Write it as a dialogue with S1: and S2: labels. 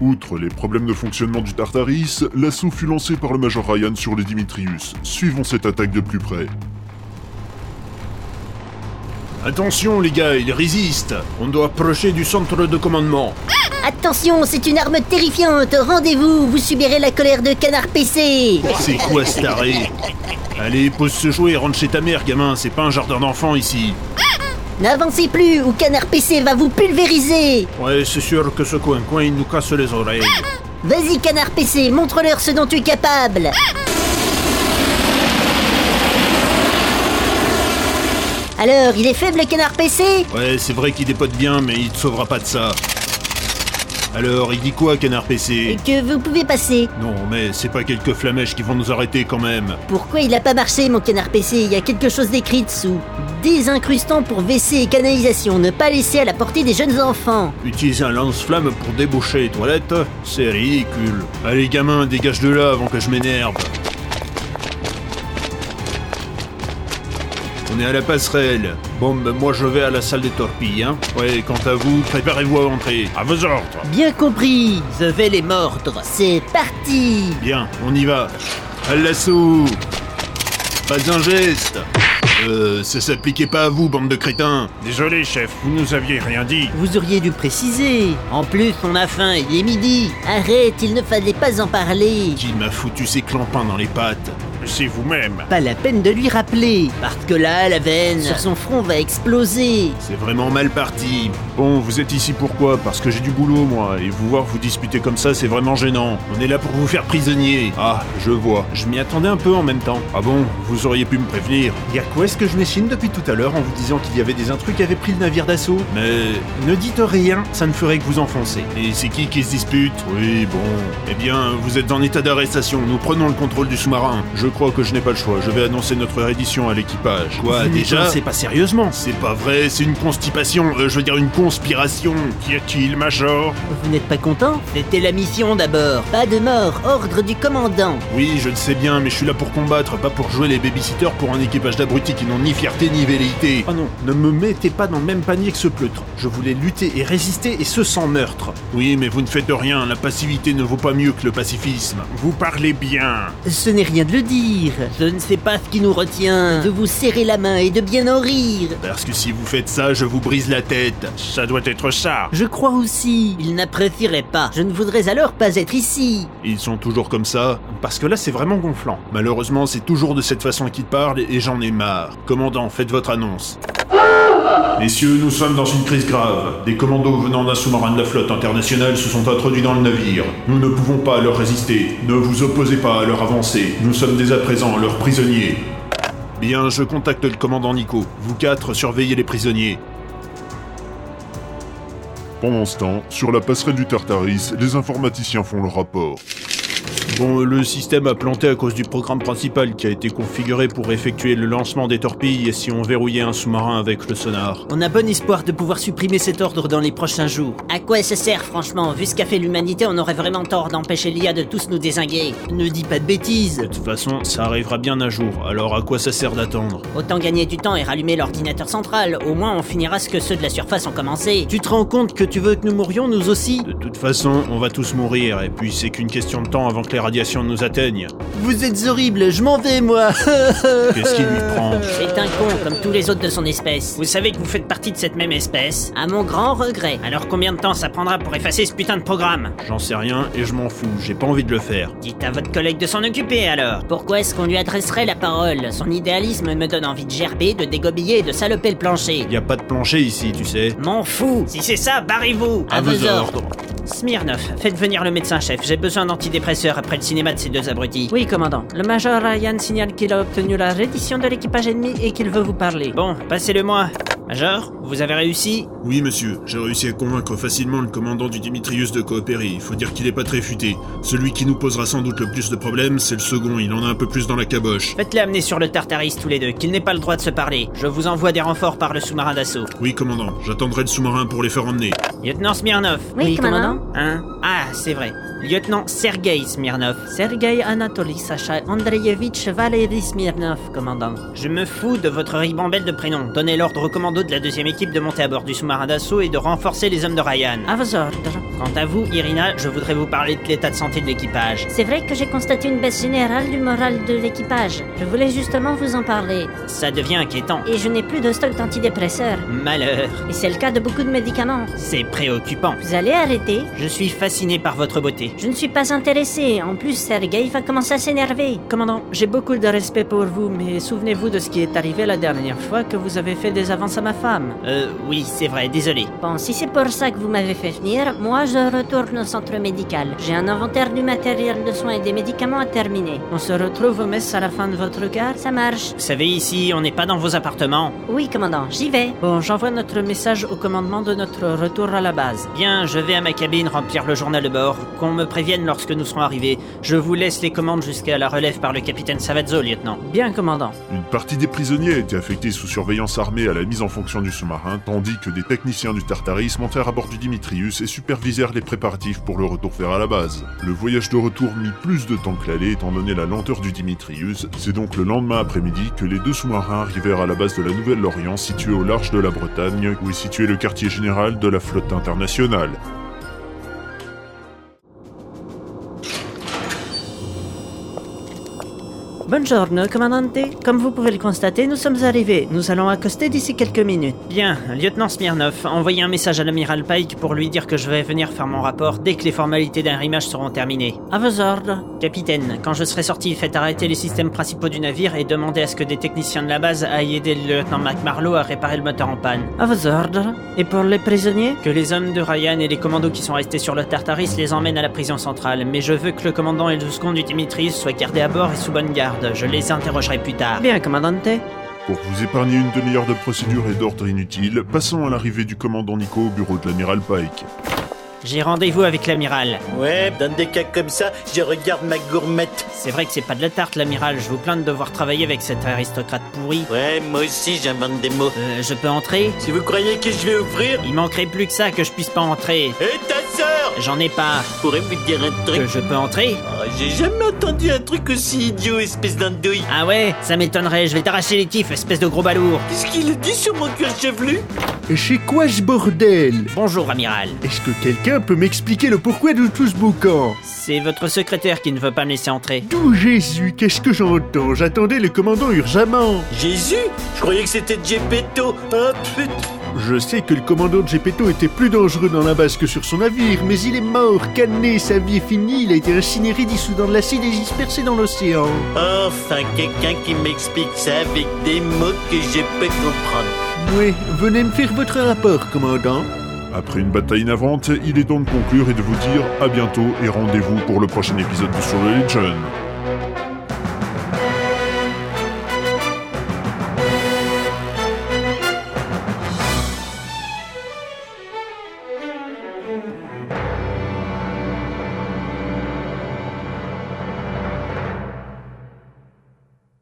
S1: Outre les problèmes de fonctionnement du Tartaris, l'assaut fut lancé par le Major Ryan sur le Dimitrius. Suivons cette attaque de plus près.
S2: Attention les gars, il résiste On doit approcher du centre de commandement.
S3: Attention, c'est une arme terrifiante. Rendez-vous, vous subirez la colère de Canard PC.
S2: C'est quoi ce taré Allez, pose ce jouet et rentre chez ta mère, gamin, c'est pas un jardin d'enfants ici.
S3: N'avancez plus ou Canard PC va vous pulvériser.
S2: Ouais, c'est sûr que ce coin-coin, il nous casse les oreilles.
S3: Vas-y Canard PC, montre-leur ce dont tu es capable. Alors, il est faible Canard PC
S2: Ouais, c'est vrai qu'il dépote bien, mais il te sauvera pas de ça. Alors, il dit quoi, Canard
S3: Et
S2: PC
S3: que vous pouvez passer.
S2: Non, mais c'est pas quelques flamèches qui vont nous arrêter quand même.
S3: Pourquoi il a pas marché, mon canard PC Il y a quelque chose d'écrit dessous. Désincrustant pour WC et canalisation, ne pas laisser à la portée des jeunes enfants.
S2: Utiliser un lance-flamme pour déboucher les toilettes C'est ridicule. Allez, gamin, dégage de là avant que je m'énerve. On est à la passerelle. Bon, ben moi je vais à la salle des torpilles, hein. Ouais, quant à vous, préparez-vous à Ah, entrer. À vos ordres
S3: Bien compris, je vais les mordre. C'est parti
S2: Bien, on y va. À l'assaut Pas un geste Euh, ça s'appliquait pas à vous, bande de crétins Désolé, chef, vous nous aviez rien dit.
S3: Vous auriez dû préciser. En plus, on a faim, il est midi. Arrête, il ne fallait pas en parler.
S2: Qui m'a foutu ces clampins dans les pattes C'est vous-même
S3: Pas la peine de lui rappeler, parce que là, la veine sur son front va exploser.
S2: C'est vraiment mal parti. Bon, vous êtes ici pourquoi Parce que j'ai du boulot, moi, et vous voir vous disputer comme ça, c'est vraiment gênant. On est là pour vous faire prisonnier. Ah, je vois. Je m'y attendais un peu en même temps. Ah bon Vous auriez pu me prévenir. Y'a quoi est-ce que je m'échine depuis tout à l'heure en vous disant qu'il y avait des intrus qui avaient pris le navire d'assaut Mais ne dites rien, ça ne ferait que vous enfoncer. Et c'est qui qui se dispute Oui, bon. Eh bien, vous êtes en état d'arrestation. Nous prenons le contrôle du sous-marin. Je crois que je n'ai pas le choix. Je vais annoncer notre reddition à l'équipage. Quoi, déjà C'est pas sérieusement. C'est pas vrai, c'est une constipation. Euh, je veux dire une conspiration. Qu'y a-t-il, Major
S3: Vous n'êtes pas content C'était la mission d'abord. Pas de mort, ordre du commandant.
S2: Oui, je le sais bien, mais je suis là pour combattre, pas pour jouer les babysitters pour un équipage d'abrutis qui n'ont ni fierté ni velléité. Ah non, ne me mettez pas dans le même panier que ce pleutre. Je voulais lutter et résister, et ce sans meurtre. Oui, mais vous ne faites rien, la passivité ne vaut pas mieux que le pacifisme. Vous parlez bien.
S3: Ce n'est rien de le dire. Je ne sais pas ce qui nous retient. De vous serrer la main et de bien en rire.
S2: Parce que si vous faites ça, je vous brise la tête. Ça doit être ça.
S3: Je crois aussi. Il n'apprécierait pas. Je ne voudrais alors pas être ici.
S2: Ils sont toujours comme ça Parce que là, c'est vraiment gonflant. Malheureusement, c'est toujours de cette façon qu'ils parlent et j'en ai marre. Commandant, faites votre annonce. Messieurs, nous sommes dans une crise grave. Des commandos venant d'un sous-marin de la flotte internationale se sont introduits dans le navire. Nous ne pouvons pas leur résister. Ne vous opposez pas à leur avancée. Nous sommes dès à présent leurs prisonniers. Bien, je contacte le commandant Nico. Vous quatre, surveillez les prisonniers.
S1: Pendant ce temps, sur la passerelle du Tartaris, les informaticiens font le rapport.
S2: Bon, le système a planté à cause du programme principal qui a été configuré pour effectuer le lancement des torpilles et si on verrouillait un sous-marin avec le sonar.
S4: On a bon espoir de pouvoir supprimer cet ordre dans les prochains jours.
S3: À quoi ça sert, franchement Vu ce qu'a fait l'humanité, on aurait vraiment tort d'empêcher l'IA de tous nous désinguer.
S4: Ne dis pas de bêtises.
S2: De toute façon, ça arrivera bien un jour, alors à quoi ça sert d'attendre
S3: Autant gagner du temps et rallumer l'ordinateur central. Au moins, on finira ce que ceux de la surface ont commencé.
S4: Tu te rends compte que tu veux que nous mourions nous aussi
S2: De toute façon, on va tous mourir, et puis c'est qu'une question de temps avant que les radiations nous atteignent.
S4: Vous êtes horrible, je m'en vais moi.
S2: Qu'est-ce qu'il lui prend
S3: C'est un con, comme tous les autres de son espèce.
S5: Vous savez que vous faites partie de cette même espèce
S3: À mon grand regret.
S5: Alors combien de temps ça prendra pour effacer ce putain de programme
S2: J'en sais rien et je m'en fous, j'ai pas envie de le faire.
S5: Dites à votre collègue de s'en occuper alors
S3: Pourquoi est-ce qu'on lui adresserait la parole Son idéalisme me donne envie de gerber, de dégobiller et de saloper le plancher.
S2: Y a pas de plancher ici, tu sais.
S3: M'en fous
S5: Si c'est ça, barrez-vous
S3: À vos ordres.
S5: Smirnov, faites venir le médecin-chef, j'ai besoin d'antidépresseurs après le cinéma de ces deux abrutis.
S4: Oui, commandant. Le major Ryan signale qu'il a obtenu la reddition de l'équipage ennemi et qu'il veut vous parler.
S5: Bon, passez-le-moi. Major, vous avez réussi
S2: Oui, monsieur, j'ai réussi à convaincre facilement le commandant du Dimitrius de coopérer. Il faut dire qu'il est pas très futé. Celui qui nous posera sans doute le plus de problèmes, c'est le second. Il en a un peu plus dans la caboche.
S5: Faites-les amener sur le Tartaris tous les deux, qu'ils n'aient pas le droit de se parler. Je vous envoie des renforts par le sous-marin d'assaut.
S2: Oui, commandant, j'attendrai le sous-marin pour les faire emmener.
S5: Lieutenant Smirnov
S4: Oui, commandant.
S5: Hein Ah, c'est vrai. Lieutenant Sergei Smirnov.
S4: Sergei Anatoly Sacha Andreevitch Valery Smirnov, commandant.
S5: Je me fous de votre ribambelle de prénoms.
S4: Ah.
S5: Donnez l'ordre au commando de la deuxième équipe de monter à bord du sous-marin d'assaut et de renforcer les hommes de Ryan.
S4: À vos ordres.
S5: Quant à vous, Irina, je voudrais vous parler de l'état de santé de l'équipage.
S3: C'est vrai que j'ai constaté une baisse générale du moral de l'équipage. Je voulais justement vous en parler.
S5: Ça devient inquiétant.
S3: Et je n'ai plus de stock d'antidépresseurs.
S5: Malheur,
S3: Et c'est le cas de beaucoup de médicaments.
S5: c'est préoccupant.
S3: Vous allez arrêter
S5: Je suis fasciné par votre beauté.
S3: Je ne suis pas intéressé. En plus, Sergei va commencer à s'énerver.
S6: Commandant, j'ai beaucoup de respect pour vous, mais souvenez-vous de ce qui est arrivé la dernière fois que vous avez fait des avances à ma femme.
S5: Euh, oui, c'est vrai, désolé.
S3: Bon, si c'est pour ça que vous m'avez fait venir, moi je retourne au centre médical. J'ai un inventaire du matériel de soins et des médicaments à terminer.
S6: On se retrouve au mess à la fin de votre carte.
S3: Ça marche.
S5: Vous savez, ici, on n'est pas dans vos appartements.
S3: Oui, commandant, j'y vais.
S6: Bon, j'envoie notre message au commandement de notre retour à la base.
S5: Bien, je vais à ma cabine remplir le journal de bord. Qu'on me prévienne lorsque nous serons arrivés. Je vous laisse les commandes jusqu'à la relève par le capitaine Savazzo, lieutenant.
S6: Bien, commandant.
S1: Une partie des prisonniers a été affectée sous surveillance armée à la mise en fonction du sous-marin, tandis que des techniciens du Tartaris montèrent à bord du Dimitrius et supervisèrent les préparatifs pour le retour vers la base. Le voyage de retour mit plus de temps que l'aller étant donné la lenteur du Dimitrius, c'est donc le lendemain après-midi que les deux sous-marins arrivèrent à la base de la Nouvelle-Orient située au large de la Bretagne, où est situé le quartier général de la flotte internationale.
S6: Buongiorno, commandante. Comme vous pouvez le constater, nous sommes arrivés. Nous allons accoster d'ici quelques minutes.
S5: Bien, lieutenant Smirnov, envoyez un message à l'amiral Pike pour lui dire que je vais venir faire mon rapport dès que les formalités d'arrimage seront terminées.
S6: À vos ordres.
S5: Capitaine, quand je serai sorti, faites arrêter les systèmes principaux du navire et demandez à ce que des techniciens de la base aillent aider le lieutenant McMarlowe à réparer le moteur en panne.
S6: À vos ordres. Et pour les prisonniers
S5: Que les hommes de Ryan et les commandos qui sont restés sur le Tartaris les emmènent à la prison centrale, mais je veux que le commandant et le second du Dimitris soient gardés à bord et sous bonne garde. Je les interrogerai plus tard.
S6: Bien, commandante.
S1: Pour vous épargner une demi-heure de procédure et d'ordre inutile, passons à l'arrivée du commandant Nico au bureau de l'amiral Pike.
S5: J'ai rendez-vous avec l'amiral.
S7: Ouais, dans des cas comme ça, je regarde ma gourmette.
S5: C'est vrai que c'est pas de la tarte, l'amiral. Je vous plains de devoir travailler avec cet aristocrate pourri.
S7: Ouais, moi aussi j'invente des mots.
S5: Euh, je peux entrer
S7: Si vous croyez que je vais ouvrir,
S5: Il manquerait plus que ça que je puisse pas entrer.
S7: et ta sœur
S5: J'en ai pas.
S7: Je pourrais vous dire un
S5: Que
S7: truc.
S5: je peux entrer
S7: Oh, J'ai jamais entendu un truc aussi idiot, espèce d'andouille.
S5: Ah ouais Ça m'étonnerait, je vais t'arracher les tifs, espèce de gros balourd.
S7: Qu'est-ce qu'il a dit sur mon cuir chevelu
S2: Chez quoi ce bordel
S5: Bonjour, amiral.
S2: Est-ce que quelqu'un peut m'expliquer le pourquoi de tout ce boucan
S5: C'est votre secrétaire qui ne veut pas me laisser entrer.
S2: D'où Jésus Qu'est-ce que j'entends J'attendais le commandant urgemment
S7: Jésus Je croyais que c'était Gepetto. Oh putain
S2: Je sais que le commandant de Gepetto était plus dangereux dans la base que sur son navire, mais il est mort, canné, sa vie est finie, il a été incinéré, dissous dans de l'acide et dispersé dans l'océan.
S7: Enfin, quelqu'un qui m'explique ça avec des mots que je peux comprendre.
S2: Ouais, venez me faire votre rapport, commandant.
S1: Après une bataille inavante, il est temps de conclure et de vous dire à bientôt et rendez-vous pour le prochain épisode du Solo Legion.